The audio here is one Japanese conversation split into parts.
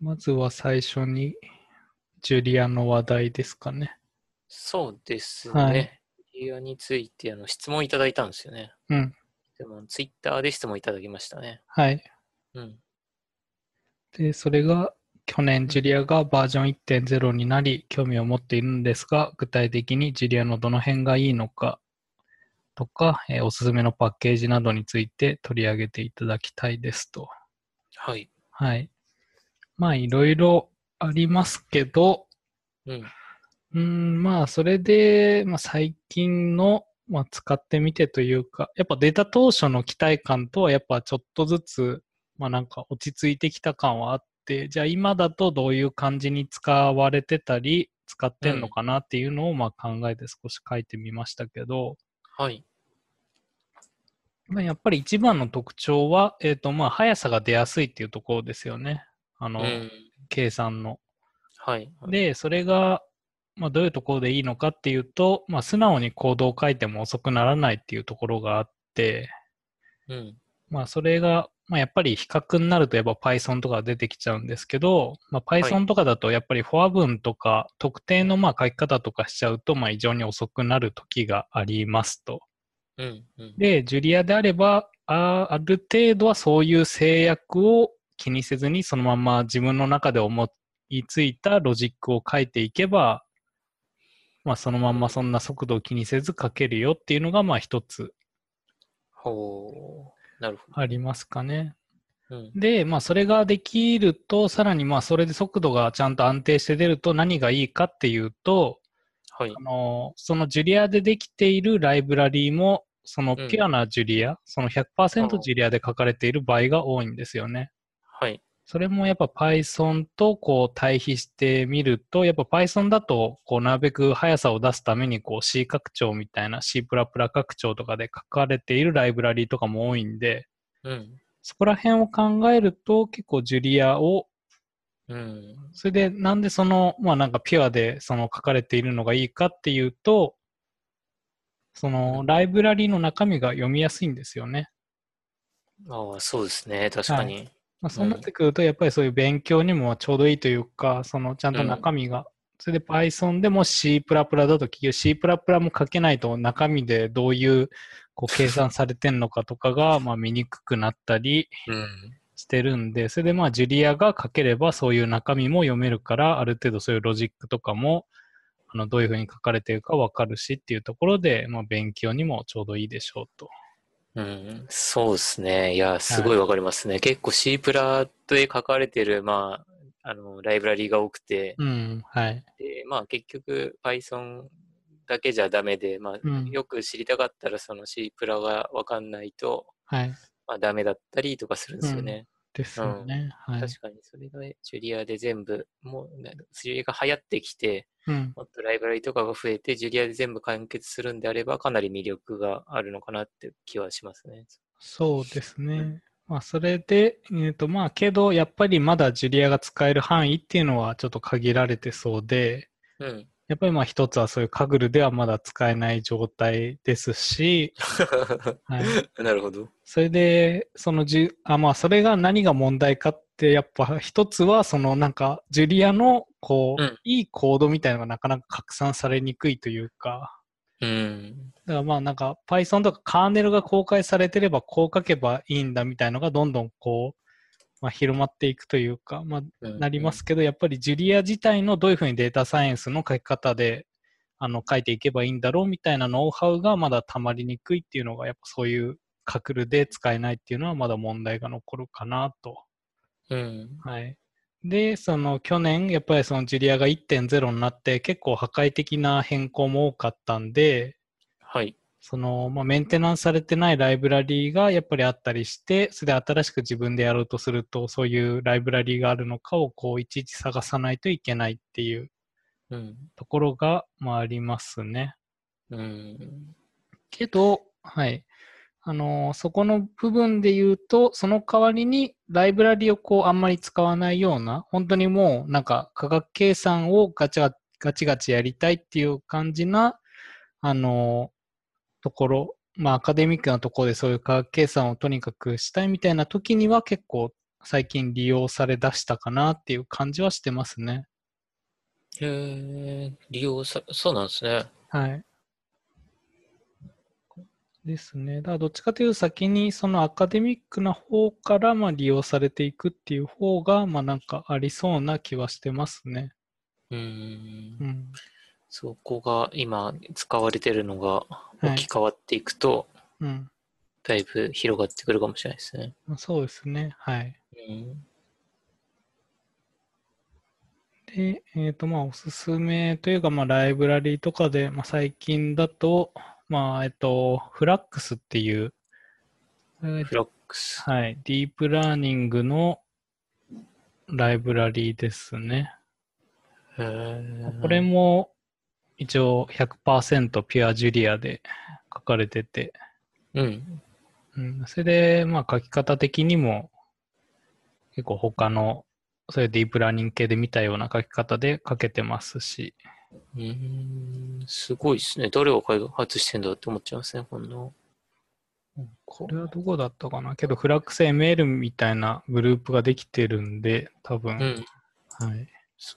まずは最初に、ジュリアの話題ですかね。そうですね。はいジュリアについてあの質問いただいたんですよね。うん。でも、ツイッターで質問いただきましたね。はい。うん。で、それが、去年ジュリアがバージョン1.0になり、興味を持っているんですが、具体的にジュリアのどの辺がいいのかとか、えーおすすめのパッケージなどについて取り上げていただきたいですと。はい。はい。まあ、いろいろありますけど、うん。うーん、まあ、それで、まあ、最近の、まあ、使ってみてというか、やっぱ出た当初の期待感とは、やっぱちょっとずつ、まあ、なんか落ち着いてきた感はあって、じゃあ今だとどういう感じに使われてたり、使ってんのかなっていうのを、まあ、考えて少し書いてみましたけど、はい。まあ、やっぱり一番の特徴は、えっ、と、まあ、速さが出やすいっていうところですよね。あうの、ん。計算の。はい。で、それが、まあ、どういうところでいいのかっていうと、まあ、素直に行動を書いても遅くならないっていうところがあって、うん。まあ、それが、まあ、やっぱり比較になるとやっぱ Python とか出てきちゃうんですけど、まあ、い Python とかだとやっぱりフォア文とか特定のまあ書き方とかしちゃうと、まあ、異常に遅くなる時がありますと。うん。うん。で、ジュリアであれば、あある程度はそういう制約を気にせずに、そのまま自分の中で思いついたロジックを書いていけば、まあ、そのまんまそんな速度を気にせず書けるよっていうのが、まあ、一つほう。なるほありますかね。ど。うん。で、まあ、それができると、さらに、まあ、それで速度がちゃんと安定して出ると何がいいかっていうと、はいあ。のそのジュリアでできているライブラリーも、そのピュアなジュリア、その100%ジュリアで書かれている場合が多いんですよね。はい。それもやっぱ Python とこう対比してみると、やっぱ Python だとこうなるべく速さを出すためにこう C 拡張みたいな C++ 拡張とかで書かれているライブラリーとかも多いんで、うん。そこら辺を考えると結構ジュリアをうん。それで、なんでその、まあなんかピュアでその書かれているのがいいかっていうと、そのライブラリの中身が読みやすいんですよね。ああ、そうですね。確かに。まあ、そうなってくると、やっぱりそういう勉強にもちょうどいいというか、そのちゃんと中身が。それで Python でも C++ だと結局 C++ も書けないと中身でどういうこう計算されてんのかとかがまあ見にくくなったりうん。してるんで、それでまあジュリアが書ければそういう中身も読めるから、ある程度そういうロジックとかも、あのどういうふうに書かれてるかわかるしっていうところで、まあ、勉強にもちょうどいいでしょうと。うん、そうですね。いや、すごいわかりますね。結構 C プラで書かれてる、まあ、あの、ライブラリが多くて、うん、はい。で、まあ結局 Python だけじゃダメで、まあうんよく知りたかったらその C プラがわかんないと、はい。まあダメだったりとかするんですよね。ですよね。はい。確かにそれがジュリアで全部、もう、なジュリアが流行ってきて、うん。もっとライブラリとかが増えて、ジュリアで全部完結するんであれば、かなり魅力があるのかなって気はしますね。そうですね。まあ、それで、えーと、まあ、けど、やっぱりまだジュリアが使える範囲っていうのはちょっと限られてそうで、 うん。やっぱりまあ一つはそういうカグルではまだ使えない状態ですし、はい、なるほど。それで、そのじゅあ、まあ、それが何が問題かって、やっぱ一つは、そのなんか、ジュリアの、こう、うんいいコードみたいなのがなかなか拡散されにくいというか、うん。だからまあなんか、Python とかカーネルが公開されてれば、こう書けばいいんだみたいのが、どんどんこう、まあ、広まっていくというか、まあ、なりま。すけど、やっぱりジュリア自体のどういうふうにデータサイエンスの書き方であの書いていけばいいんだろうみたいなノウハウがまだたまりにくいっていうのが、やっぱそういうカクルで使えないっていうのはまだ問題が残るかなと。うん。はい。で、その去年、やっぱりそのジュリアが1.0になって結構破壊的な変更も多かったんで、はい。その、まあ、メンテナンスされてないライブラリーがやっぱりあったりして、それで新しく自分でやろうとすると、そういうライブラリーがあるのかを、こう、いちいち探さないといけないっていううん。ところが、まあ、ありますね。うん。けど、はい。あのーそこの部分で言うと、その代わりにライブラリをこうあんまり使わないような、本当にもうなんか科学計算をガチガチガチガチやりたいっていう感じな、あのーところ、まあアカデミックなところでそういう科学計算をとにかくしたいみたいな時には結構最近利用されだしたかなっていう感じはしてますね。へえ、利用さ、そうなんですね。はい。ですね。だからどっちかというと先にそのアカデミックな方からまあ利用されていくっていう方がまあなんかありそうな気はしてますね。うー。うんん。そこが今使われてるのがはい置き換わっていくと、うん。だいぶ広がってくるかもしれないですね。まあそうですね。はい。うん。で、えっ、と、まあ、おすすめというか、まあ、ライブラリーとかで、まあ、最近だと、まあ、えっ、と、フラックスっていう、えーフラックス。はい、ディープラーニングのライブラリーですね。へーこれも、一応100%ピュアジュリアで書かれてて、うん。うん、それで、まあ、書き方的にも、結構他の、そういうディープラーニング系で見たような書き方で書けてますし、うーん。すごいですね。誰が開発してんだって思っちゃいますね、こんな。これはどこだったかなけど、フラックス ML みたいなグループができてるんで、多分、うん。はい。そ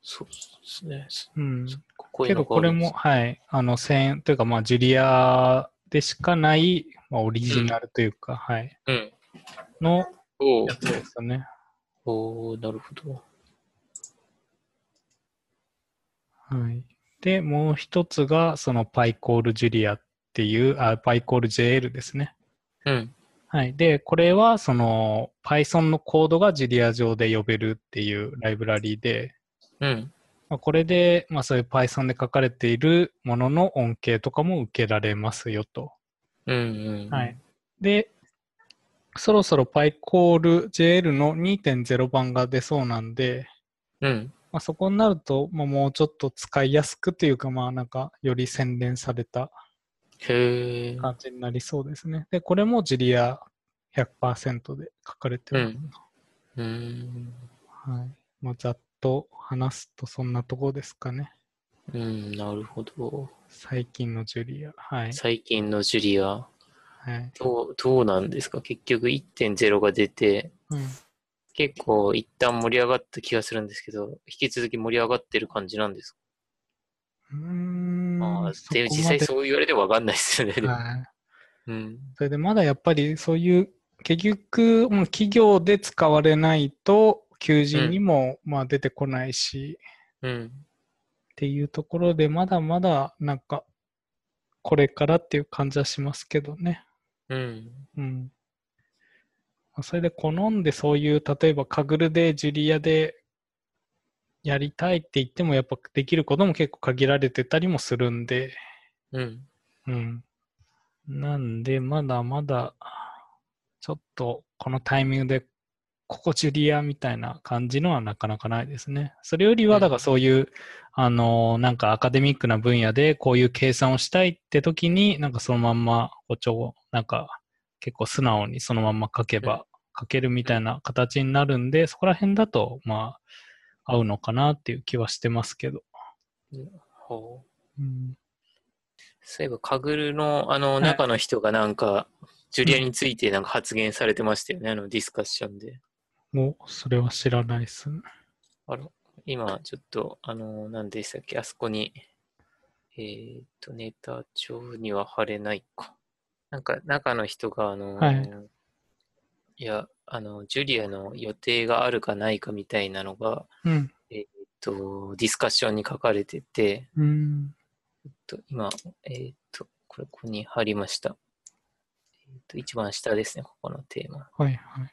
そうですね。そうん。ここういけうのど、がこあれるんでも、すはい。あの、千というか、まあ、ジュリアでしかない、まあ、オリジナルというか、はい。うん。のおやつですよね。おーなるほど。はい。で、もう一つが、その PyCall ジュリアっていう、あ、PyCall JL ですね。うん。はい。で、これは、その、Python のコードがジュリア上で呼べるっていうライブラリーで、うん。まあ、これで、まあ、そういう Python で書かれているものの恩恵とかも受けられますよと。うん。うん。はい。で、そろそろ PyCallJL の2.0版が出そうなんで、うん。まあ、そこになると、まあ、もうちょっと使いやすくというか、まあなんかより洗練されたへえ。感じになりそうですね。で、これも Julia 100%で書かれてうます。ん。うーん。はい。まあ、ざっと話すとそんなとこですかね。うん。なるほど。最近の Julia。はい。最近のジュリア、はい。どう、どうなんですか結局1.0が出て、うん。結構一旦盛り上がった気がするんですけど、引き続き盛り上がってる感じなんですか、うーんまあ、そでこま実際でそう言われてもわかんないですよね。はい。うん。それでまだやっぱりそういう、結局、もう企業で使われないと、求人にもまあ出てこないし、うん。っていうところで、まだまだなんか、これからっていう感じはしますけどね。うん。うん。まあそれで好んでそういう、例えばカグルで、ジュリアで、やりたいって言っても、やっぱできることも結構限られてたりもするんで、うん。うん。なんで、まだまだ、ちょっとこのタイミングで、ここジュリアみたいな感じのはなかなかないですね。それよりうは、んだからそういう、あのー、なんかアカデミックな分野でこういう計算をしたいって時に、なんかそのまんま、こうちょ、なんか結構素直にそのまんま書けば、書けるみたいな形になるんで、そこら辺だと、まあ、合うのかなっていう気はしてますけど。ほう。うん、そういえば、カグルのあのい中の人がなんか、ジュリアについてなんか発言されてましたよね、あのディスカッションで。もう、それは知らないですね。あら、今ちょっと、あの、何でしたっけ、あそこに、えーっと、ネタ帳には貼れないか。なんか、中の人が、あの、はいいや、あの、ジュリアの予定があるかないかみたいなのが、うん。とディスカッションに書かれてて、うん。と、今、えーっと、これ、ここに貼りました。えーっと、一番下ですね、ここのテーマ。はいはい。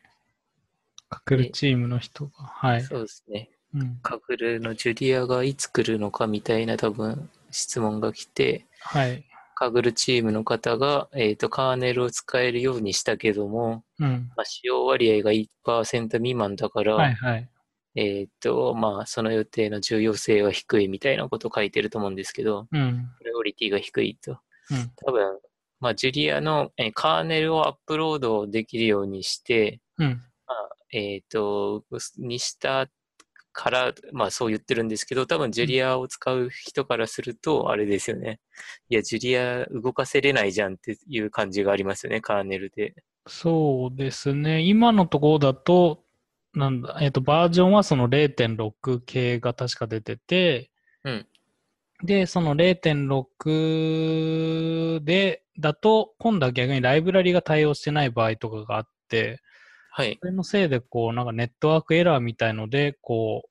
かけるチームの人が、はい。そうですね。うん。カグルのジュリアがいつ来るのかみたいな多分質問が来て、はい。カグルチームの方が、えー、とカーネルを使えるようにしたけども、うん。まあ、使用割合が1%未満だから、はいはい。えっ、と、まあ、その予定の重要性は低いみたいなこと書いてると思うんですけど、うん。プライオリティが低いと。うん。多分、まあ、ジュリアの、えーカーネルをアップロードできるようにして、うん。えっ、と、にしたから、まあそう言ってるんですけど、多分ジュリアを使う人からすると、あれですよね。いや、ジュリア動かせれないじゃんっていう感じがありますよね、カーネルで。そうですね。今のところだと、なんだ、えっと、バージョンはその0.6系が確か出てて、うんで、その0.6で、だと、今度は逆にライブラリが対応してない場合とかがあって、はい。それのせいで、こう、なんかネットワークエラーみたいので、こ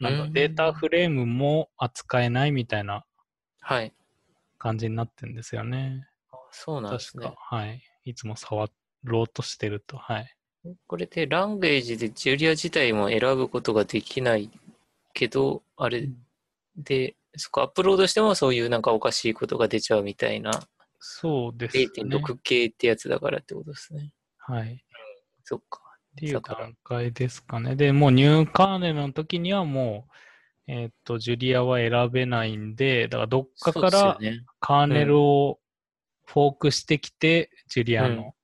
う、なんうかんデータフレームも扱えないみたいなはい。感じになってるんですよね。あそうなんです確ねか。。はい。いつも触ろうとしてると。はい。これでランゲージでジュリア自体も選ぶことができないけど、あれで、そこアップロードしてもそういうなんかおかしいことが出ちゃうみたいな、そうですね。 0.6系ってやつだからってことですね。はい。っそっか。ていうだから段階ですかね。で、もうニューカーネルの時にはもう、えーっと、ジュリアは選べないんで、だからどっかそうかですよらね。カーネルをフォークしてきて、ジュリアの。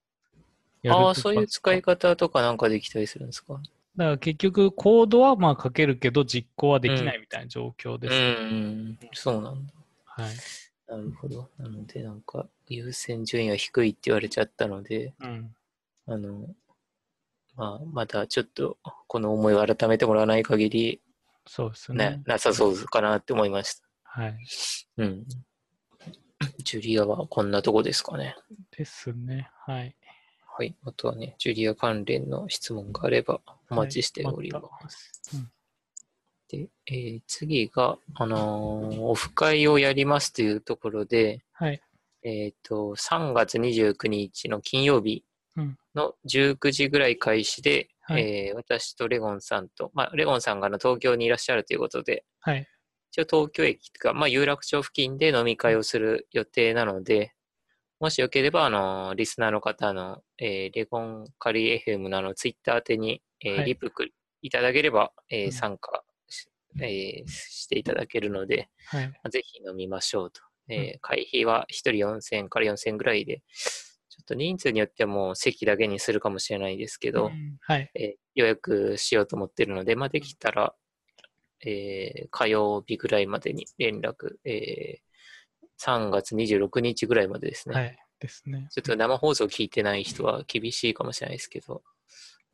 やるとあかあ、そういう使い方とかなんかできたりするんですかだから結局、コードはまあ書けるけど、実行はできないみたいな状況うです。ん、そうなんだ。はい。なるほど。なので、なんか、優先順位は低いって言われちゃったので、うん。あの、まあ、またちょっと、この思いを改めてもらわない限り、そうですね。ね、なさそうかなって思いました。はい。うん。ジュリアはこんなとこですかね。ですね。はい。はい。あとはね、ジュリア関連の質問があればお待ちしております。はいまで、えー次が、あのーオフ会をやりますというところで、はい。えっ、と、3月29日の金曜日うんの19時ぐらい開始で、はいえー私とレゴンさんと、まあ、レゴンさんがあの東京にいらっしゃるということで、はい。一応東京駅とか、まあ、有楽町付近で飲み会をする予定なので、もしよければ、あの、リスナーの方の、えーレゴンカリー FM のあの、ツイッター宛てに、えーはいリプくいただければ、えーうん参加し,、えーしていただけるので、はい。まあぜひ飲みましょうと。えー会費は1人4000から4000ぐらいで、ちょっと人数によってはもう席だけにするかもしれないですけど、うんはい。えー予約しようと思ってるので、まあ、できたら、えー火曜日ぐらいまでに連絡、えー3月26日ぐらいまでですね、はい。ですね。ちょっと生放送聞いてない人は厳しいかもしれないですけど、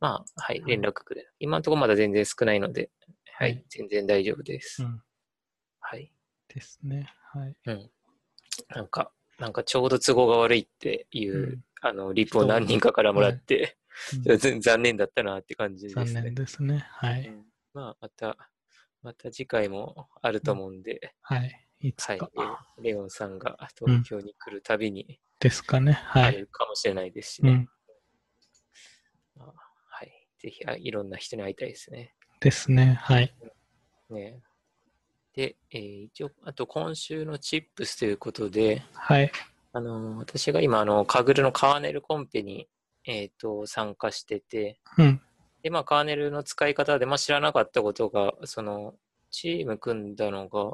まあ、はい、連絡くれ。今のところまだ全然少ないので、はい、はい全然大丈夫です。うん。はい。ですね。はい。なんか、なんかちょうど都合が悪いっていう、うんあの、リプを何人かからもらって、うん 残念だったなって感じですね。残念ですね。はうい。んまあ、また、また次回もあると思うんで、はい。いつはい、かえーレオンさんが東京に来るたびにですかね。はあい。るかもしれないですしうね。ん。はい、ぜひあ、いろんな人に会いたいですね。ですね。はい。ねで、えー一応、あと今週のチップスということで、はい。あのー私が今、あの、カグルのカーネルコンペに、えー、と参加してて、うん。で、まあ、カーネルの使い方で、まあ、知らなかったことが、その、チーム組んだのが、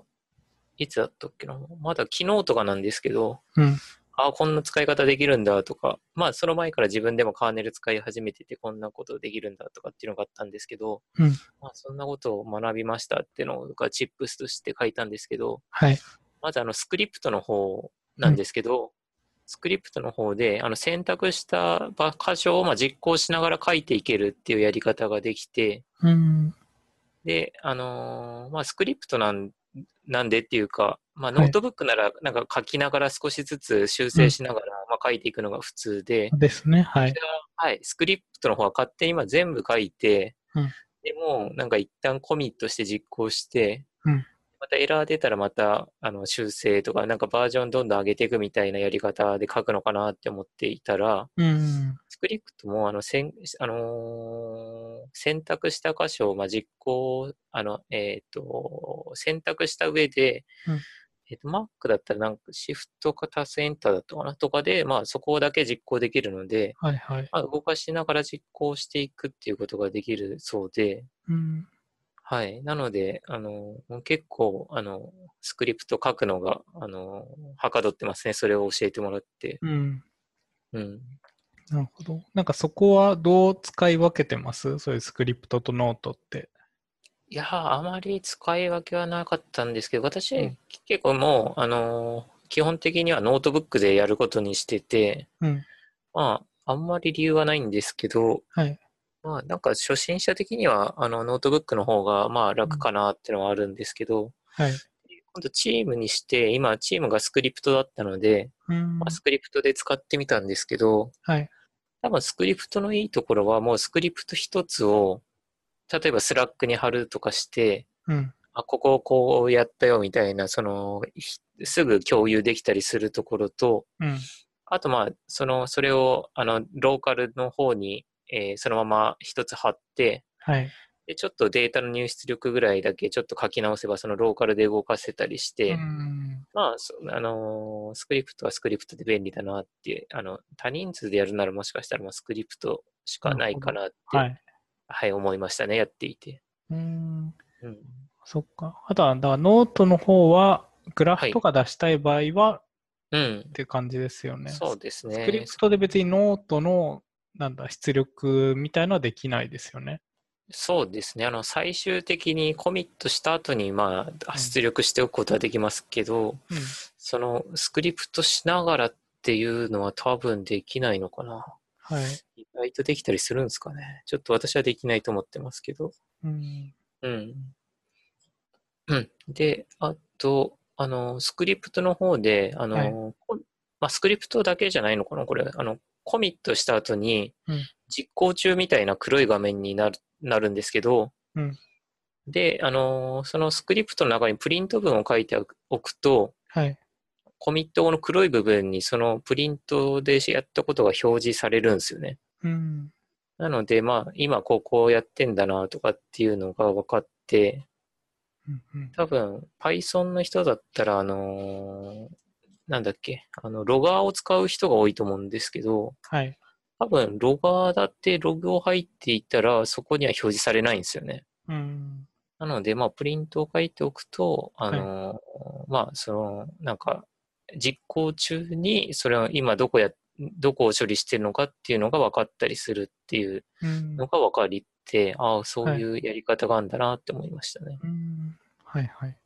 いつだったっけな、まだ昨日とかなんですけど、うん。ああ、こんな使い方できるんだとか、まあ、その前から自分でもカーネル使い始めてて、こんなことできるんだとかっていうのがあったんですけど、うんまあ、そんなことを学びましたっていうのがチップスとして書いたんですけど、はい。まずあのスクリプトの方なんですけど、スクリプトの方であの選択した場箇所をまあ実行しながら書いていけるっていうやり方ができて、うん。で、あのーまあ、スクリプトなんなんでっていうか、まあ、はいノートブックならなんか書きながら少しずつ修正しながら、まあ、書いていくのが普通で、ですね。はい。はい、スクリプトの方は勝手に今全部書いて、うんでもうなんか一旦コミットして実行して、うんまたエラー出たらまたあの修正とか、なんかバージョンどんどん上げていくみたいなやり方で書くのかなって思っていたら、うん。スクリプトもあのせん、あのー選択した箇所をまあ実行、あのえー、と選択した上で、うんえー、と Mac だったらなんかシフトかタスエンターだったかなとかで、まあ、そこだけ実行できるので、はいはい。まあ、動かしながら実行していくっていうことができるそうで、うん。はい。なので、あの、結構、あの、スクリプト書くのが、あの、はかどってますね。それを教えてもらって。うん。うん。なるほど。なんかそこはどう使い分けてますそういうスクリプトとノートって。いやー、あまり使い分けはなかったんですけど、私、うん結構もう、あの、基本的にはノートブックでやることにしてて、うん。まあんまり理由はないんですけど、はい。まあなんか初心者的にはあのノートブックの方がまあ楽かなってのはあるんですけど、はい。今度チームにして、今チームがスクリプトだったので、うんまあ、スクリプトで使ってみたんですけど、はい。多分スクリプトのいいところはもうスクリプト一つを、例えばスラックに貼るとかして、うん。あ、ここをこうやったよみたいな、その、ひすぐ共有できたりするところと、うん。あとまあ、その、それを、あの、ローカルの方に、えーそのまま一つ貼って、はい。で、ちょっとデータの入出力ぐらいだけちょっと書き直せば、そのローカルで動かせたりして、うんまあ、そあのースクリプトはスクリプトで便利だなっていう、あの、多人数でやるならもしかしたらもうスクリプトしかないかなって、ははい、い。思いましたね、やっていて。うん。うん。そっか。あとは、だからノートの方は、グラフとか出したい場合は、うんっ。ていう感じですよね。そうですね。スクリプトで別にノートの、なんだ、出力みたいのはできないですよね。そうですね。あの、最終的にコミットした後に、まあ、出力しておくことはできますけど、うん。そのスクリプトしながらっていうのは多分できないのかな。はい。意外とできたりするんですかね。ちょっと私はできないと思ってますけど。うん。うん。うん。で、あと、あの、スクリプトの方で、あの、はいこまあ、スクリプトだけじゃないのかな、これ。あの、コミットした後にうん、実行中みたいな黒い画面になるなるんですけど、うんで、あの、そのスクリプトの中にプリント文を書いておくと、はい。コミット後の黒い部分にそのプリントでやったことが表示されるんですよね。うん。なので、まあ、今こうこうやってんだなとかっていうのが分かって、うんうん多分 Python の人だったら、あのーなんだっけ、あの、ロガーを使う人が多いと思うんですけど、はい。多分ロガーだってログを入っていたらそこには表示されないんですよね。うん。なので、まあ、プリントを書いておくと、あの、まあ、その、なんか、実行中に、それを今どこや、どこを処理してるのかっていうのが分かったりするっていううんのが分かりって、ああ、そういうやり方があるんだなって思いましたね。うん。はいはい。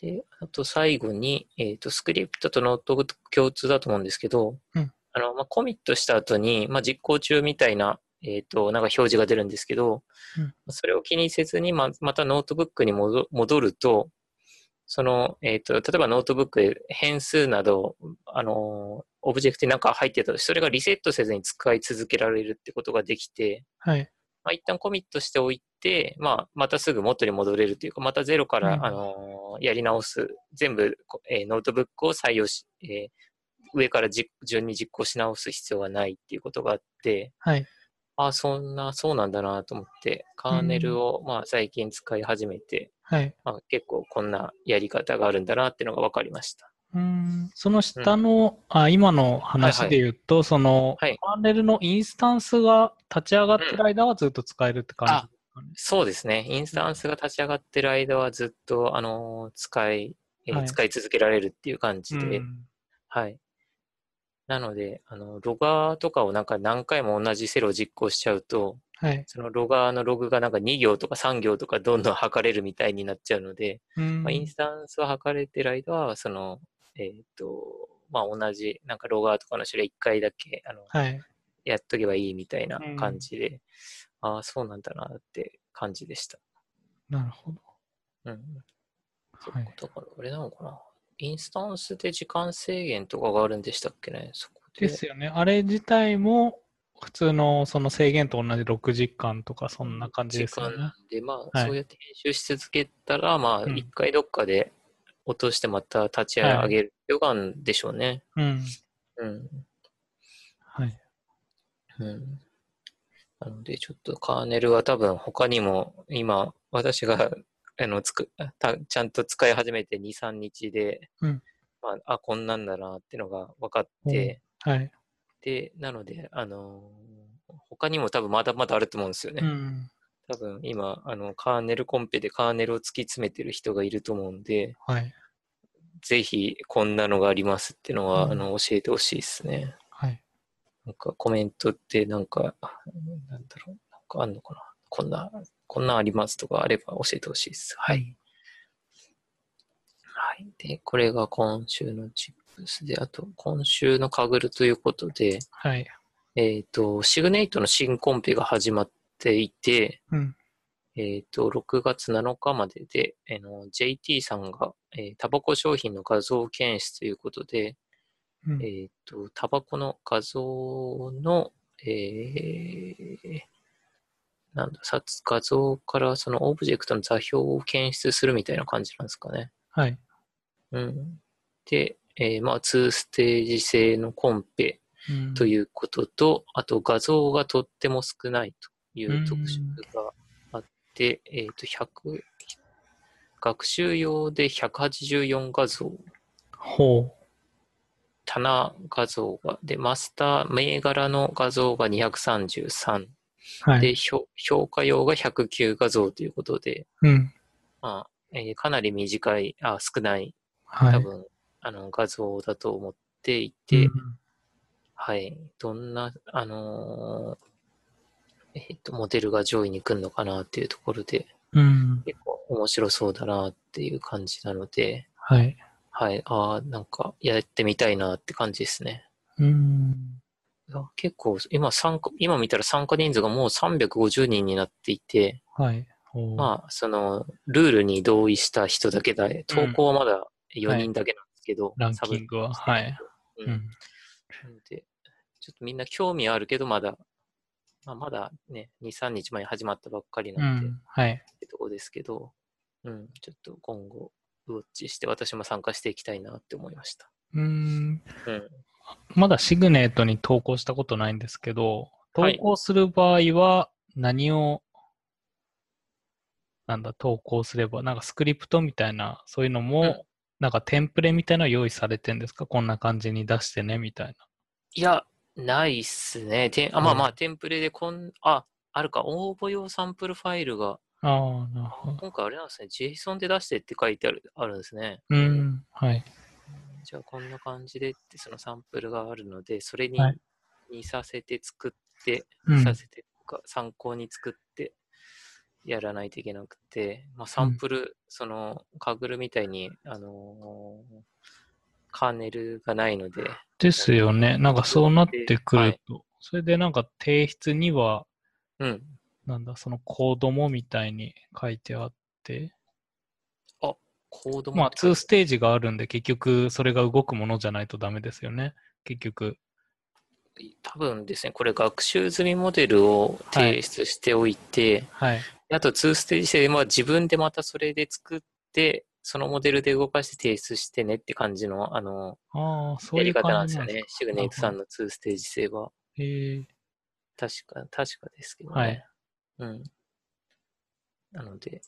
で、あと最後に、えっ、と、スクリプトとノート共通だと思うんですけど、うんあの、まあ、コミットした後に、まあ、実行中みたいな、えっ、と、なんか表示が出るんですけど、うんそれを気にせずに、まあ、またノートブックに戻戻ると、その、えっ、と、例えばノートブックで変数など、あの、オブジェクトになんか入ってたとしてそれがリセットせずに使い続けられるってことができて、はい。まあ、一旦コミットしておいて、まあ、またすぐ元に戻れるというか、またゼロから、うんあのーやり直す、全部、こえーノートブックを採用し、えー上からじ順に実行し直す必要がないっていうことがあって、はい。ああ、そんな、そうなんだなと思って、カーネルを、まあ、最近使い始めて、はい。まあ、結構こんなやり方があるんだなっていうのが分かりました。うん。その下の、あ、今の話で言うと、その、はいパネルのインスタンスが立ち上がってる間はずっと使えるって感じ。そうですね。インスタンスが立ち上がってる間はずっと、あのー使い、えーはい使い続けられるっていう感じで、うんはい。なので、あの、ロガーとかをなんか何回も同じセルを実行しちゃうと、はい。そのロガーのログがなんか2行とか3行とかどんどん測れるみたいになっちゃうので、うんまあ、インスタンスを測れてる間は、その、えっ、と、まあ、同じ、なんかロガーとかの処理1回だけ、あの、はい。やっとけばいいみたいなうん感じで、ああ、そうなんだなって感じでした。なるほど。うん。はだい。から、あれなのかな。インスタンスで時間制限とかがあるんでしたっけね、そこで。ですよね。あれ自体も普通のその制限と同じ6時間とかそんな感じですよ時ね間。で、まあ、はいそうやって編集し続けたら、まあ、うん一回どっかで落としてまた立ち上げる予感でしょうね。うん。うん。はい。うん。なので、ちょっとカーネルは多分他にも、今、私が、 あの、つく、たちゃんと使い始めて2、3日で、うんまあ、あ、こんなんだなってのが分かって、はい。で、なので、あのー他にも多分まだまだあると思うんですよね。うん。多分今、あの、カーネルコンペでカーネルを突き詰めてる人がいると思うんで、はい。ぜひこんなのがありますってのは、うんあの、教えてほしいですね。はい。なんかコメントってなんか、なんだろう、なんかあんのかな。こんな、こんなんありますとかあれば教えてほしいです。はい。。はい。で、これが今週のチップスで、あと今週のカグルということで、はい。えっ、と、シグネイトの新コンペが始まっていて、うん。えっ、と、6月7日までで、あの JT さんが、えータバコ商品の画像検出ということで、うんえっ、と、タバコの画像の、えーなんだ、さ画像からそのオブジェクトの座標を検出するみたいな感じなんですかね。はい。うん。で、えーまあ、2ステージ制のコンペうんということと、あと画像がとっても少ないという特色があって、えっ、と、100、学習用で184画像、ほ棚画像が、で、マスター、銘柄の画像が233、う。はで、い。評評価用が109画像ということで、うん。まあえーかなり短い、あ、少ない、はい。多分、あの、画像だと思っていて、うんはい。どんな、あのーえっと、モデルが上位に来るのかなっていうところで、うん。結構面白そうだなっていう感じなので、はい。はい。ああ、なんか、やってみたいなって感じですね。うん。いや結構、今参加、今見たら参加人数がもう350人になっていて、はい。ほうまあ、その、ルールに同意した人だけだ、投稿はまだ4人だけなんですけど、ランサブキングは。はい。ううんん。なので、ちょっとみんな興味はあるけど、まだ、まあ、まだね、2、3日前に始まったばっかりうなんで、っん。はい。てとこですけど、うん、ちょっと今後、ウォッチして、私も参加していきたいなって思いました。うん。うん。まだシグネートに投稿したことないんですけど、投はい稿する場合は何を、なんだ、投稿すれば、なんかスクリプトみたいな、そういうのも、うんなんかテンプレみたいなの用意されてんですかこんな感じに出してね、みたいいや、ないっすね。てんあまあうんまあ、テンプレでこん、あ、あるか、応募用サンプルファイルが、な。ああ、なるほど。今回あれなんですね、JSON で出してって書いてある、あるんですね。うん、はい。じゃあこんな感じでって、そのサンプルがあるので、それに、はいにさせて作って、うんさせてか、参考に作ってやらないといけなくて、まあ、サンプル、そのカグルみたいに、あのーカーネルがないので、ですよね。なんかそうなってくると。それでなんか提出には、うん。なんだ、そのコードもみたいに書いてあって、コードもまあ2ステージがあるんで、結局それが動くものじゃないとダメですよね。結局。多分ですね、これ学習済みモデルを提出しておいて、はい。あと2ステージ制は自分でまたそれで作って、そのモデルで動かして提出してねって感じの、あのーああ、そうやいりう方な感んでじすなよんですね。シグネイトさんの2ステージ制は。ね。へえ確か、確かですけどね。はいうん。なので、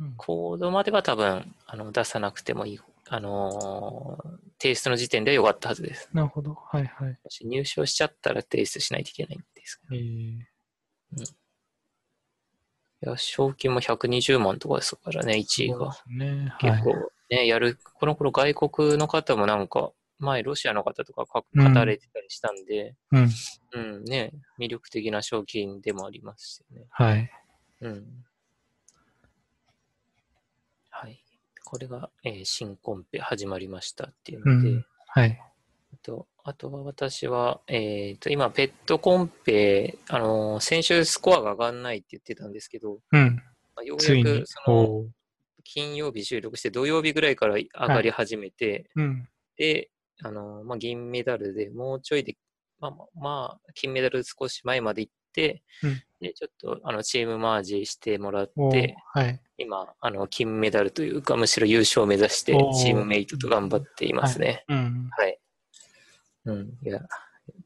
うんコードまでは多分、あの、出さなくてもいい。あのー提出の時点では良かったはずです。なるほど。はいはい。もし入賞しちゃったら提出しないといけないんですえけえど。いや、賞金も120万とかですからね、1位が。そうですね。は結い構。ね、やる、この頃外国の方もなんか、前ロシアの方とかかうん語れてたりしたんで、うん。うん、ね、魅力的な賞金でもありますしね。はい。うん。はい。これが、えー新コンペ始まりましたっていううので、ん。はい。あとあとは私は、えっ、と、今、ペットコンペ、あのー先週スコアが上がんないって言ってたんですけど、うん。まあよつうやいくに。そのおー金曜日収録して土曜日ぐらいから上がり始めて、うん。で、あのーまあ、銀メダルでもうちょいで、まあまあ、まあ、金メダル少し前まで行って、うんで、ちょっとあのチームマージしてもらっおーて、はい。今、あの、金メダルというか、むしろ優勝を目指しておー、チームメイトと頑張っていますね。うん。はい。うん、いや、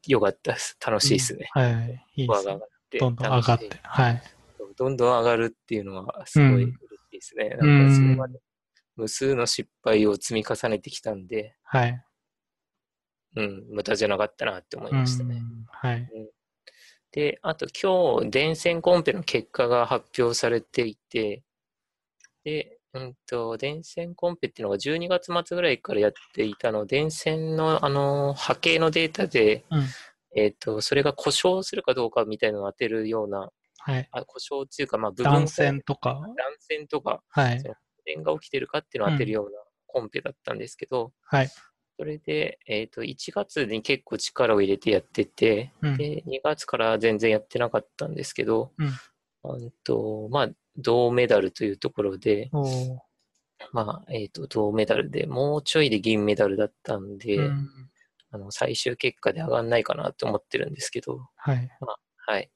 よかったです。楽しいですね。はい。いいですスコアが上ねが。って。どんどん上がっ楽て。はい。しい。どんどん上がるっていうのは、すごい嬉しいですね。うんなんか、それまで無数の失敗を積み重ねてきたんで、はい。うん、無駄じゃなかったなって思いうましたね。ん。はい。で、あと今日、電線コンペの結果が発表されていて、で、うんと、電線コンペっていうのが12月末ぐらいからやっていたの、電線の、あの、波形のデータで、うん。えっ、と、それが故障するかどうかみたいなのを当てるような、はい。あ故障っていうか、まあ、部分断線とか。断線とか、はい。電が起きてるかっていうのを当てるようなコンペだったんですけど、はい。それで、えっ、と、1月に結構力を入れてやってて、うんで、2月から全然やってなかったんですけど、うんうんとまあ、銅メダルというところで、おーまあ、えっ、と、銅メダルで、もうちょいで銀メダルだったんで、うんあの、最終結果で上がんないかなと思ってるんですけど、はい。はい。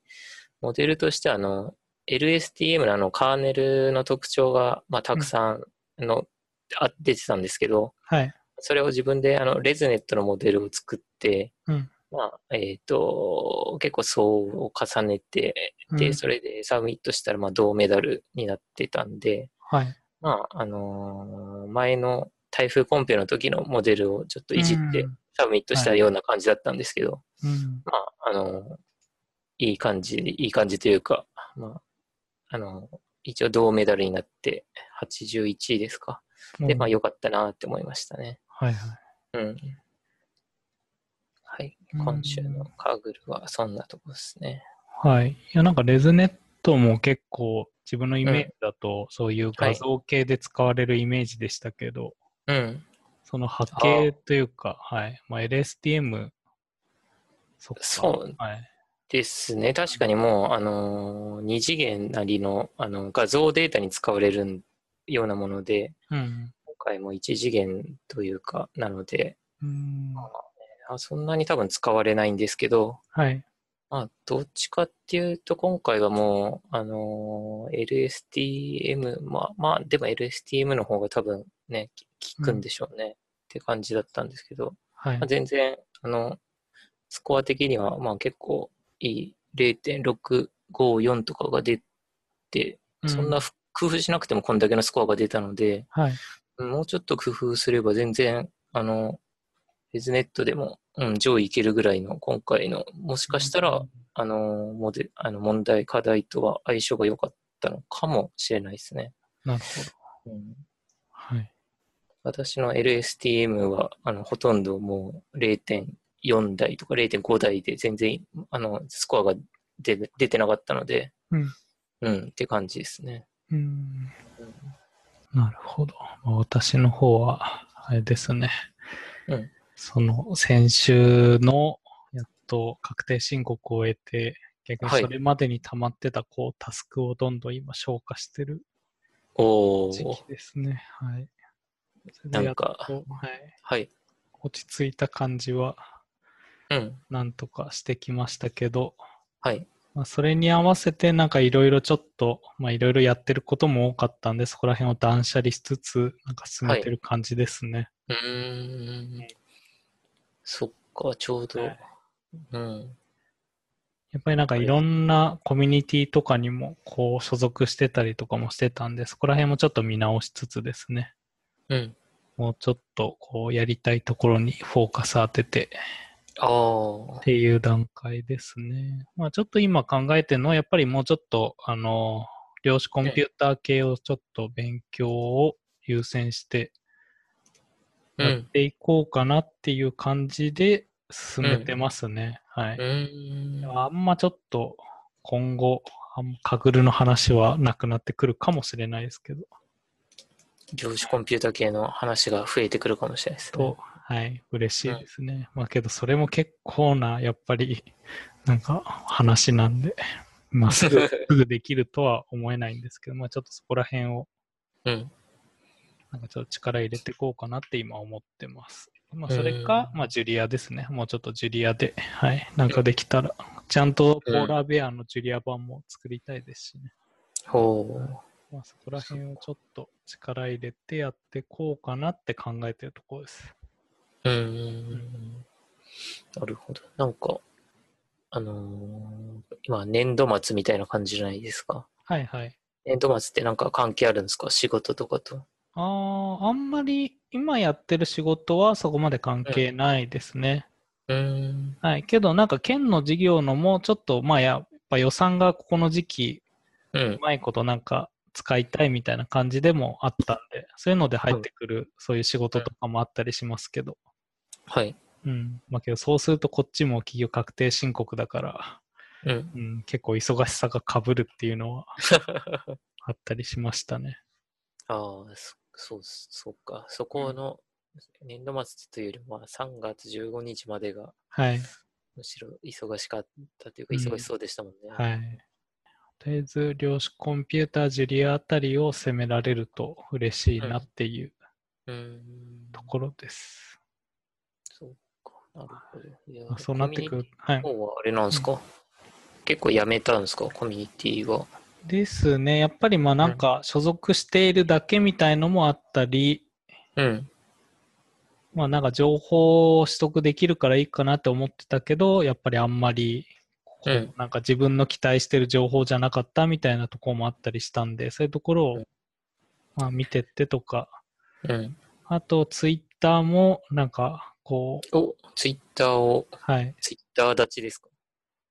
モデルとしては、あの、LSTM のあの、カーネルの特徴が、まあ、たくさんの、あ出てたんですけど、はい。それを自分であのレズネットのモデルを作って、うんまあえっと結構層を重ねてで、うんそれでサミットしたらまあ銅メダルになってたんで、はい。まああのー前の台風コンペの時のモデルをちょっといじってうんサミットしたような感じだったんですけど、うん。まああのーいい感じいい感じというか、まああのー一応銅メダルになって81位ですか。で、まあ良かったなって思いましたね。はいはい。うん。はい。うん今週のカーグルはそんなとこですね。はい。いや、なんかレズネットも結構自分のイメーうジだと、そういう画像系で使われるイメージでしたけど、うん。その波形というか、はい。まあ、LSTM、そっかそうはい。ですね。確かにもう、あのー、二次元なりの、あの、画像データに使われるようなもので、うん。今回も一次元というか、なので、うんあそんなに多分使われないんですけど、はい。まあ、どっちかっていうと、今回はもう、あのー LSTM、まあ、まあ、でも LSTM の方が多分ね、き効くんでしょうね、って感じだったんですけど、はいまあ、。全然、あの、スコア的には、まあ結構いい、0.654とかが出て、そんうなふ工夫しなくてもこんだけのスコアが出たので、はい。もうちょっと工夫すれば全然、あの、レズネットでも、うん、上位いけるぐらいの今回の、もしかしたら、うんあのモデあの問題、課題とは相性が良かったのかもしれないですね。なるほど。はい。私の LSTM はあのほとんどもう0.4台とか0.5台で全然あのスコアが出出てなかったので、うんうんって感じですね。うん。なるほど。まあ私の方は、あれですね。うんその、先週の、やっと確定申告を終えて、逆にはいそれまでに溜まってた、こう、タスクをどんどん今消化してるお時ー期、ですね。はい。それでなんかやっとはい。はい。落ち着いた感じは、うん。なんとかしてきましたけど、はい。まあ、それに合わせてなんかいろいろちょっとまあいろいろやってることも多かったんでそこら辺を断捨離しつつなんか進めてる感じですね。うーん。そっか、ちょうど。はいうん。やっぱりなんかいろんなコミュニティとかにもこう所属してたりとかもしてたんでそこら辺もちょっと見直しつつですねうん。もうちょっとこうやりたいところにフォーカス当ててああっ。ていう段階ですね。まあちょっと今考えてるのはやっぱりもうちょっとあの量子コンピューター系をちょっと勉強を優先してうやっん。。ていこうかなっていう感じで進めてますね。はいうーん。あんまちょっと今後、あんまカグルの話はなくなってくるかもしれないですけど、量子コンピュータ系の話が増えてくるかもしれないですね。と、はい、嬉しいですね。まあけど、それも結構な、やっぱり、なんか話なんで、まあす ぐすぐできるとは思えないんですけど、まあちょっとそこら辺を うん。なんかちょっと力入れていこうかなって今思ってます。まあ、それか、うんまあ、ジュリアですね。もうちょっとジュリアで、はい、なんかできたら、ちゃんとポーラーベアのジュリア版も作りたいですしね。ほう。まあ、そこら辺をちょっと力入れてやっていこうかなって考えてるところです。うーん。なるほど。なんか、あのー今、年度末みたいな感じじゃないですか。はいはい。年度末ってなんか関係あるんですか仕事とかと。ああ、あんまり今やってる仕事はそこまで関係ないですね。うーん。はい、けどなんか県の事業のもちょっとまあやっぱ予算がここの時期うんうまいことなんか使いたいみたいな感じでもあったんでそういうので入ってくるそういう仕事とかもあったりしますけど、はい。うんまあ、けどそうするとこっちも企業確定申告だから、 うん。うん、結構忙しさがかぶるっていうのはあったりしましたね。ああ、そそうっす、そうか。そこの、年度末というよりもまあ3月15日までがはい。むしろ忙しかったというか忙しそうでしたもんね。はい。とりあえず、量子コンピューター、ジュリアあたりを攻められると嬉しいなっていううーんところです。そうか。なるほどいやま。あそうなってくる。はい。コミュニティの方はあれなんですか、結構やめたんですかコミュニティは。ですね。やっぱりまあなんか所属しているだけみたいのもあったり、うん。まあなんか情報を取得できるからいいかなって思ってたけど、やっぱりあんまりこううんなんか自分の期待してる情報じゃなかったみたいなところもあったりしたんで、そういうところうをまあ見てってとか、うん。あとツイッターもなんかこう、お、ツイッターを、はい、ツイッター立ちですか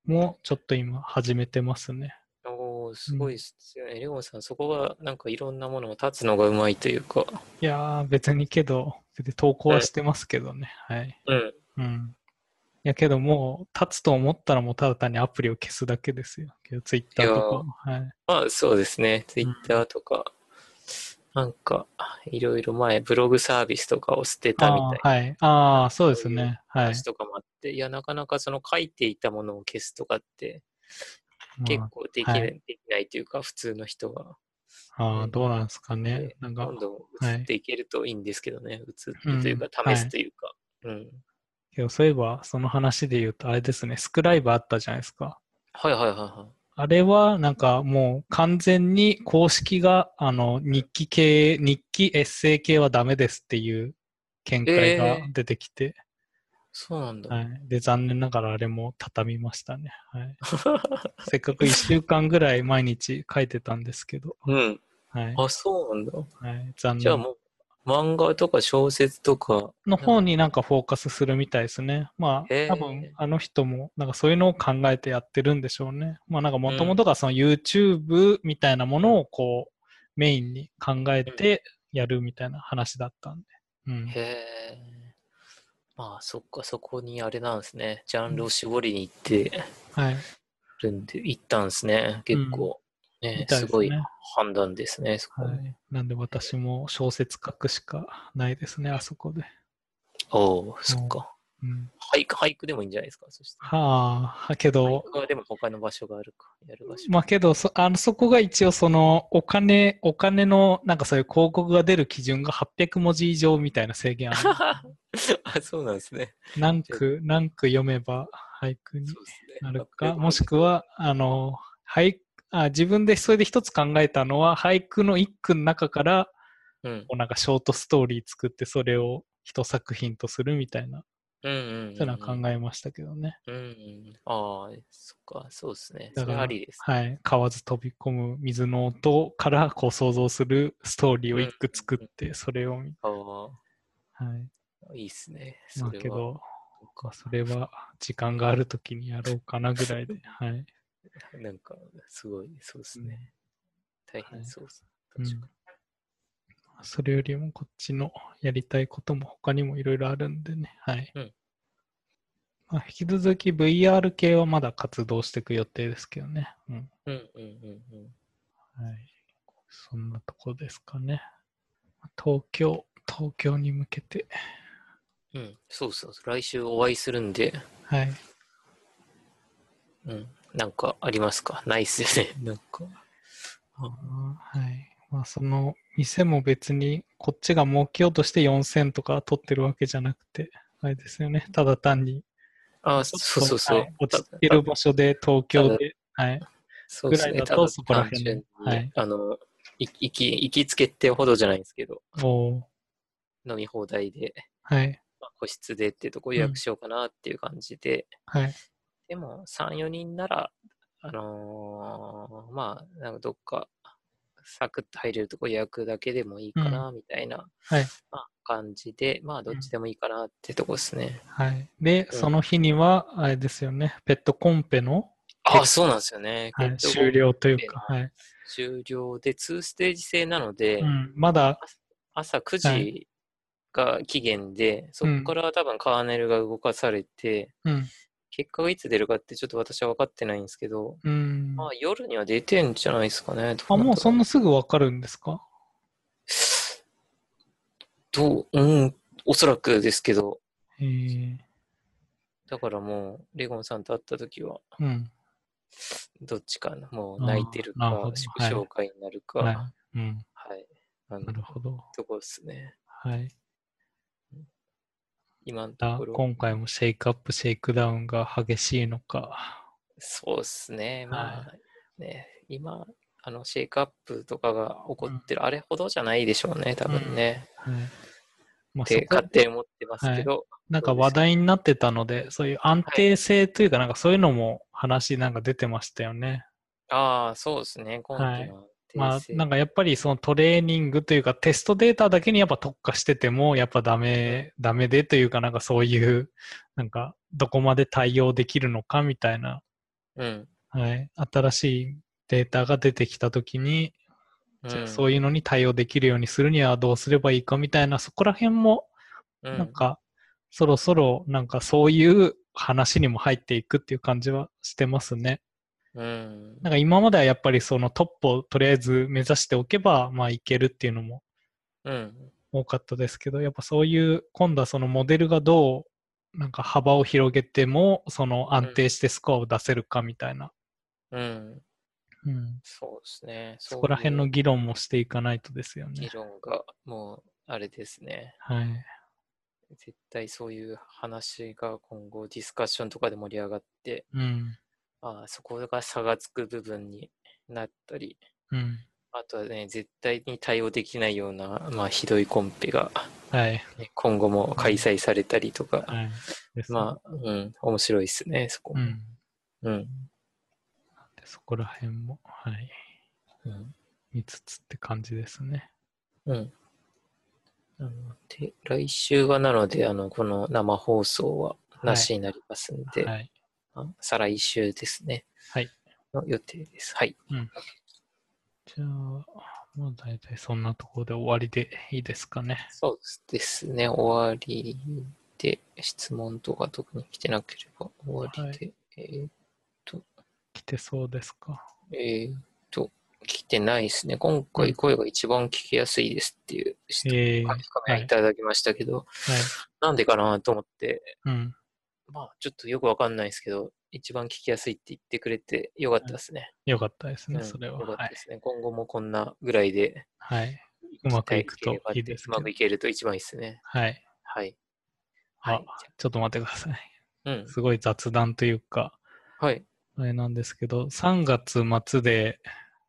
もうちょっと今始めてますね。おーすごいですよね。レオンさん、そこはなんかいろんなものを立つのがうまいというか。いやー別にけど、別に投稿はしてますけどね。はい。うん。うん。いやけどもう、立つと思ったらもうただ単にアプリを消すだけですよ。けど、ツイッターとかも。はい。まあそうですね。ツイッターとか、なんかいろいろ前、ブログサービスとかを捨てたみあたいあ、はい。ああ、そうですそういうね。はい。話とかもあって、い、や、なかなかその書いていたものを消すとかって結構できな,、はいいできないというか、普通の人が。まあああ、どうなんですかねで。なんかどん、どんはい移っていけるといいんですけどね。移るというか、うん試すというか。うん。けどそういえば、その話で言うと、あれですね、スクライブあったじゃないですか。はいはいはいはあれは、なんかもう完全に公式が、あの、日記系、日記エッセイ系はダメですっていう見解が出てきて、い。そうなんだ。はい。で、残念ながらあれも畳みましたね。はい。せっかく1週間ぐらい毎日書いてたんですけど、 うん。はい。あ、そうなんだ。はい、残じゃあ念。もう、漫画とか小説とか、の方になんかフォーカスするみたいですね。まへあ、多ー分あの人もなんかそういうのを考えてやってるんでしょうね。まあなんかもともとがその YouTube みたいなものをこうメインに考えてやるみたいな話だったんで。うん。へえ。まあ、そっか、そこにあれなんですね。ジャンルを絞りに行ってはい。るんで、行ったんですね。結構、ねみ、たいすですごいね。判断ですね、そこ。はい。なんで私も小説書くしかないですね、あそこで。おお、そっか。うん。俳句、俳句でもいいんじゃないですか、そして。はあ、け俳ど、句はでも他の場所があるか、やる場所。まあけどそあのそこが一応そのお金お金のなんかそういう広告が出る基準が800文字以上みたいな制限あ るあ、そうなんですね。何句何句読めば俳句にそうですね。なるかもしくはあの俳あ自分でそれで一つ考えたのは俳句の一句の中からうん、こうなんかショートストーリー作ってそれを一作品とするみたいなうんうん、うん。そういうのは考えましたけどね、うんうん。ああ、そっか、そうですね。だそかれらありです。はい、川津飛び込む水の音からこう想像するストーリーを一句作ってそれを見ああ。はい。いいっすね。まそあれけは。ど、まあそれは時間があるときにやろうかなぐ らいで、はい。なんか、すごい、そうですね。大変そうっす。うん確かそれよりもこっちのやりたいことも他にもいろいろあるんでね、はい。うんまあ、引き続き VR 系はまだ活動していく予定ですけどね。うん。にうんうんうんうん。はい。そんなとこですかね。東京、東京に向けて、うん、そうそうそう。来週お会いするんで、はい。うん、なんかありますかないっすよね。 なんか。はい。まあ、その店も別にこっちが儲けようとして4000とか取ってるわけじゃなくて、あれですよね。ただ単に、ああ、そうそうそはうい。落ちてる場所で東京たで、はい。そうですね。ぐらいだたとだそこら単辺純に、はいあの、い行き、行きつけってほどじゃないんですけど、おー飲み放題で、はい。まあ個室でってとこ予約しようかなっていう感じで、はい。でも、3、4人なら、あのーまあ、なんかどっか、サクッと入れるとこ予約だけでもいいかな、みたいな、はいまあ、感じで、まあ、どっちでもいいかなってとこですね。はい。で、うんその日には、あれですよね。ペットコンペの、ああ、そうなんですよね。はいペットボト終。ル了というか、はい。終了で、2ステージ制なので、うん。まだ、朝9は時が期限で、そこから多分カーネルが動かされて、うん。結果がいつ出るかってちょっと私は分かってないんですけど、うん。まあ、夜には出てんじゃないですかね。あ、もうそんななすぐわかるんですかどう、うん、おそらくですけど、えーだからもう、レゴンさんと会った時は、うん。どっちかな、もう泣いてるあーなるほかど、祝勝会になるか、はいは。うん。い、あのなるほど。とこですね。はい。今のとだころ、今回もシェイクアップ、シェイクダウンが激しいのか。そうですね、まはあ、ね、今、あの、シェイクアップとかが起こってる、あれほどじゃないでしょうね、多分ね。はい。まあ、っそてこ勝手に思ってますけど、なんか話題になってたので、そういう安定性というか、なんかそういうのも話なんか出てましたよね。ああ、そうですね、今期のはいまあ訂、正なんかやっぱりそのトレーニングというか、テストデータだけにやっぱ特化してても、やっぱダメ、ダメでというか、なんかそういう、なんかどこまで対応できるのかみたいな、うん。はい、新しいデータが出てきたときに、じゃあそういうのに対応できるようにするにはどうすればいいかみたいな、そこら辺もうん、なんか、そろそろ、なんかそういう話にも入っていくっていう感じはしてますね。うん、なんか今まではやっぱりそのトップをとりあえず目指しておけば、まあいけるっていうのもうん、多かったですけど、やっぱそういう、今度はそのモデルがどう、なんか幅を広げても、その安定してスコアを出せるかみたいな、うん、うん、そうですね。そこら辺の議論もしていかないとですよ議ね。論が、もう、あれですね。はい。絶対そういう話が今後ディスカッションとかで盛り上がって、うん。ああそこが差がつく部分になったり、うん。あとはね、絶対に対応できないような、まあ、ひどいコンペが、はい。ね、今後も開催されたりとか、はい。ですねまあ、うん、面白いですね、そこうも。ん。うん。でそこら辺も、はい。うん。見つつって感じですね。うん。なので、来週はなので、あの、この生放送はなしになりますんで、はい。あ再来週ですね。はい。の予定です。はい。じゃあ、もう大体そんなところで終わりでいいですかね。そうですね。終わりで、質問とか特に来てなければ終わりで、来てそうですか。えーえーっと、来てないですね。今うん回声が一番聞きやすいですっていう質問、えー、は書い。き込みをいただきましたけど、はい。なんでかなと思って、うん。まあ、ちょっとよくわかんないですけど、一番聞きやすいって言ってくれてよかったですね。よかったですね、うんそれは。よかっはたいで。すね。今後もこんなぐらいで、はい。うまくいくといいですけうどまくいけると一番いいですね。はい。はい。あはい。ちょっと待ってください。うん。すごい雑談というか、はい。あれなんですけど、3月末で、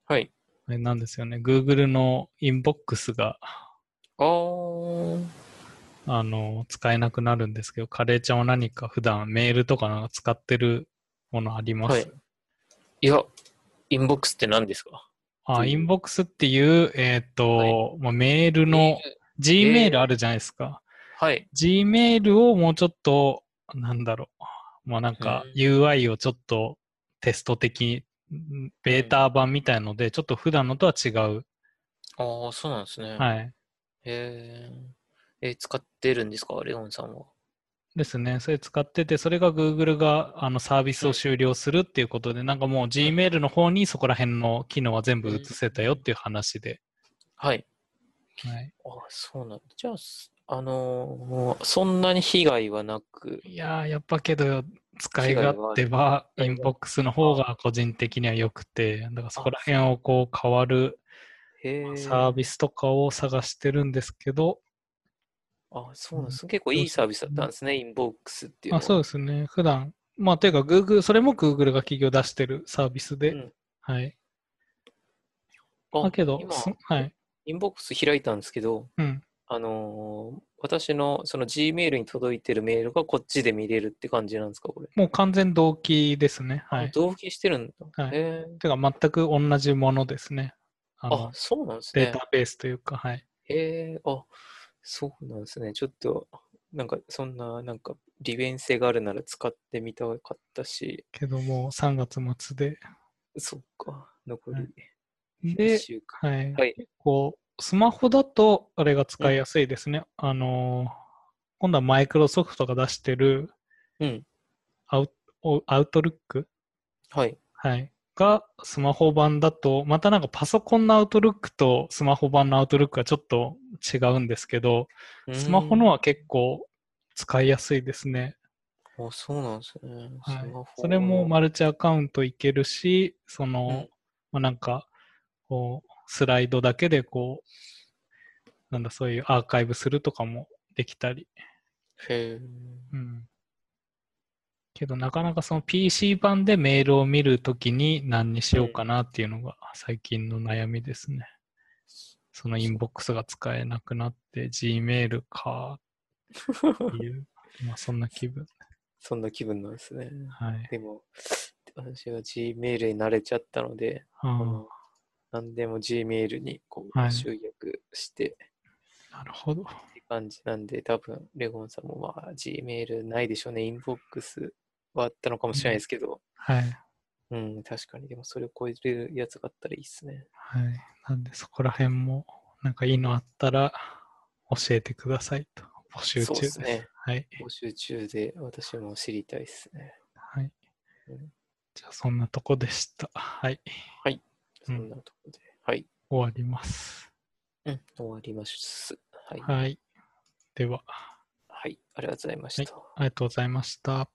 はい。あれなんですよね、Google のインボックスが、あー。あの、使えなくなるんですけど、カレーちゃんは何か普段メールとかなんか使ってるものあります、はいいや、インボックスって何ですかあ、っていイうンボックスっていう、えっ、と、まあ、メールの、メール Gmail あるじゃないですか。はい。 Gmail をもうちょっと、なんだろう。まあなんかうん UI をちょっとテスト的、んベータ版みたいので、ちょっと普段のとは違う。ああ、そうなんですね。い、はい。へーえー使ってるんですかレオンさんは。ですね。それ使ってて、それが Google があのサービスを終了するっていうことで、なんかもう Gmail の方にそこら辺の機能は全部移せたよっていう話で。はい。はい、ああ、そうなんだ。じゃあ、すあのーそんなに被害はなく、いやー、やっぱけど、使い勝手はインボックスの方が個人的には良くて、だからそこら辺をこう変わるへーサービスとかを探してるんですけど、あ、そうなんです。結構いいサービスだったんですね、インボックスっていうのあは。そうですね、普段まあ、というか、Google、それも Google が企業出してるサービスで、うんはい。あだけど、今そはい。インボックス開いたんですけど、うん。あのー私のその G メールに届いてるメールがこっちで見れるって感じなんですか、これ。もう完全同期ですね。はい。同期してるんだ。はいへーてか、全く同じものですね。あのあ、そうなんですデーね。タベースというか、はい。へえ、あ、そうなんですね。ちょっと、なんか、そんな、なんか、利便性があるなら使ってみたかったし、けども、3月末で。そっか、残はりい1で、週間。はい。はい。こう、スマホだと、あれが使いやすいですね。あのー今度はマイクロソフトが出してるうん。アウトアウトルックはい。はい。が、スマホ版だと、またなんかパソコンのアウトルックとスマホ版のアウトルックはちょっと違うんですけど、スマホのは結構使いやすいですね。あ、そうなんですね。はスいマホ、それもマルチアカウントいけるし、その、まあ、なんか、こう、スライドだけでこう、なんだ、そういうアーカイブするとかもできたり。へえ。うん。けど、なかなかその PC 版でメールを見るときに何にしようかなっていうのが最近の悩みですね。そのインボックスが使えなくなって、Gmail かっていう、まあそんな気分。 そんな気分なんですね。はい。でも、私は Gmail に慣れちゃったので、あもう何でも Gmail にこはうい集約してあ、なるほど。って感じなんで、多分レゴンさんもまあ Gmail ないでしょうね、インボックスはあったのかもしれないですけど、はい。うん、確かに、でもそれを超えるやつがあったらいいっすね。はい。なんで、そこら辺も、なんかいいのあったら、教えてくださいと。募集そう中でです。すね。はい。募集中で私も知りたいですね。はいうん。じゃあ、そんなとこでした。はい。そんなところで。はい。終わります。うん、終わります。はい。はい。では、はい。ありがとうございました。ありがとうございました。